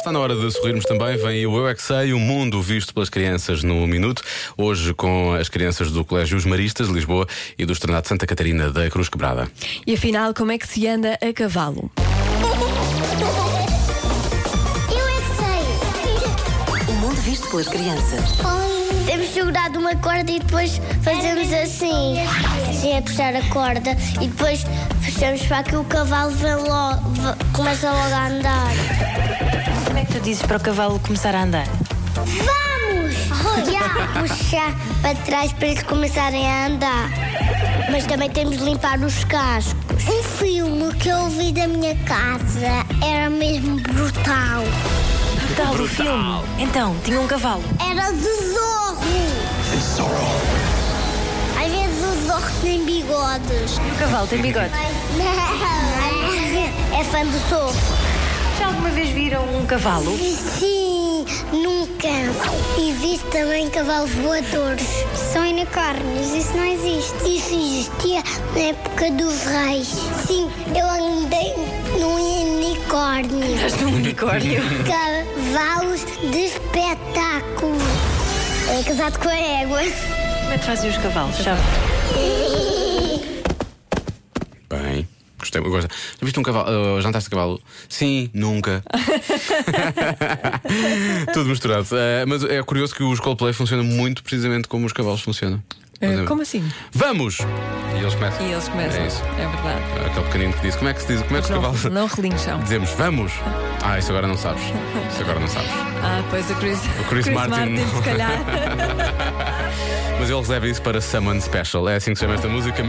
Está na hora de sorrirmos também. Vem o Eu É Que Sei, o mundo visto pelas crianças no Minuto. Hoje com as crianças do Colégio Os Maristas de Lisboa e do Estrenado Santa Catarina da Cruz Quebrada. E afinal, como é que se anda a cavalo? Eu é que O mundo visto pelas crianças. sei. Temos segurado uma corda e depois fazemos assim. Assim é puxar a corda e depois fechamos para que o cavalo vem logo, começa logo a andar. Como é que tu dizes para o cavalo começar a andar? Vamos! Já puxar para trás para eles começarem a andar. Mas também temos de limpar os cascos. Um filme que eu vi da minha casa era mesmo brutal. Brutal, o filme. Então, tinha um cavalo. Era de zorro. Às vezes o zorro tem bigodes. O cavalo tem bigode. É fã do zorro. Já alguma vez viram um cavalo? Sim, nunca. Existe também cavalos voadores. São unicórnios, isso não existe. Isso existia na época dos reis. Sim, eu andei num unicórnio. Estás num Um unicórnio. Cavalos de espetáculo. É casado com a égua. Como é que fazem os cavalos? Já. Bem, gostei. eu gosto. Já viste um cavalo? ah, jantaste de cavalo? Sim, nunca. Tudo misturado. Ah, mas é curioso que os Coldplay funcionam muito precisamente como os cavalos funcionam. é Eh, como assim? Vamos! E eles começam. E eles começam. É isso. verdade. Aquele pequenino que diz: Como é que se diz? Como é que os cavalos. Não, não relincham. Dizemos vamos. Ah, isso agora não sabes. Isso agora não sabes. Ah, pois o Chris, O Chris Martin, não. se calhar. Mas ele reserva isso para Someone Special. É assim que se chama esta música.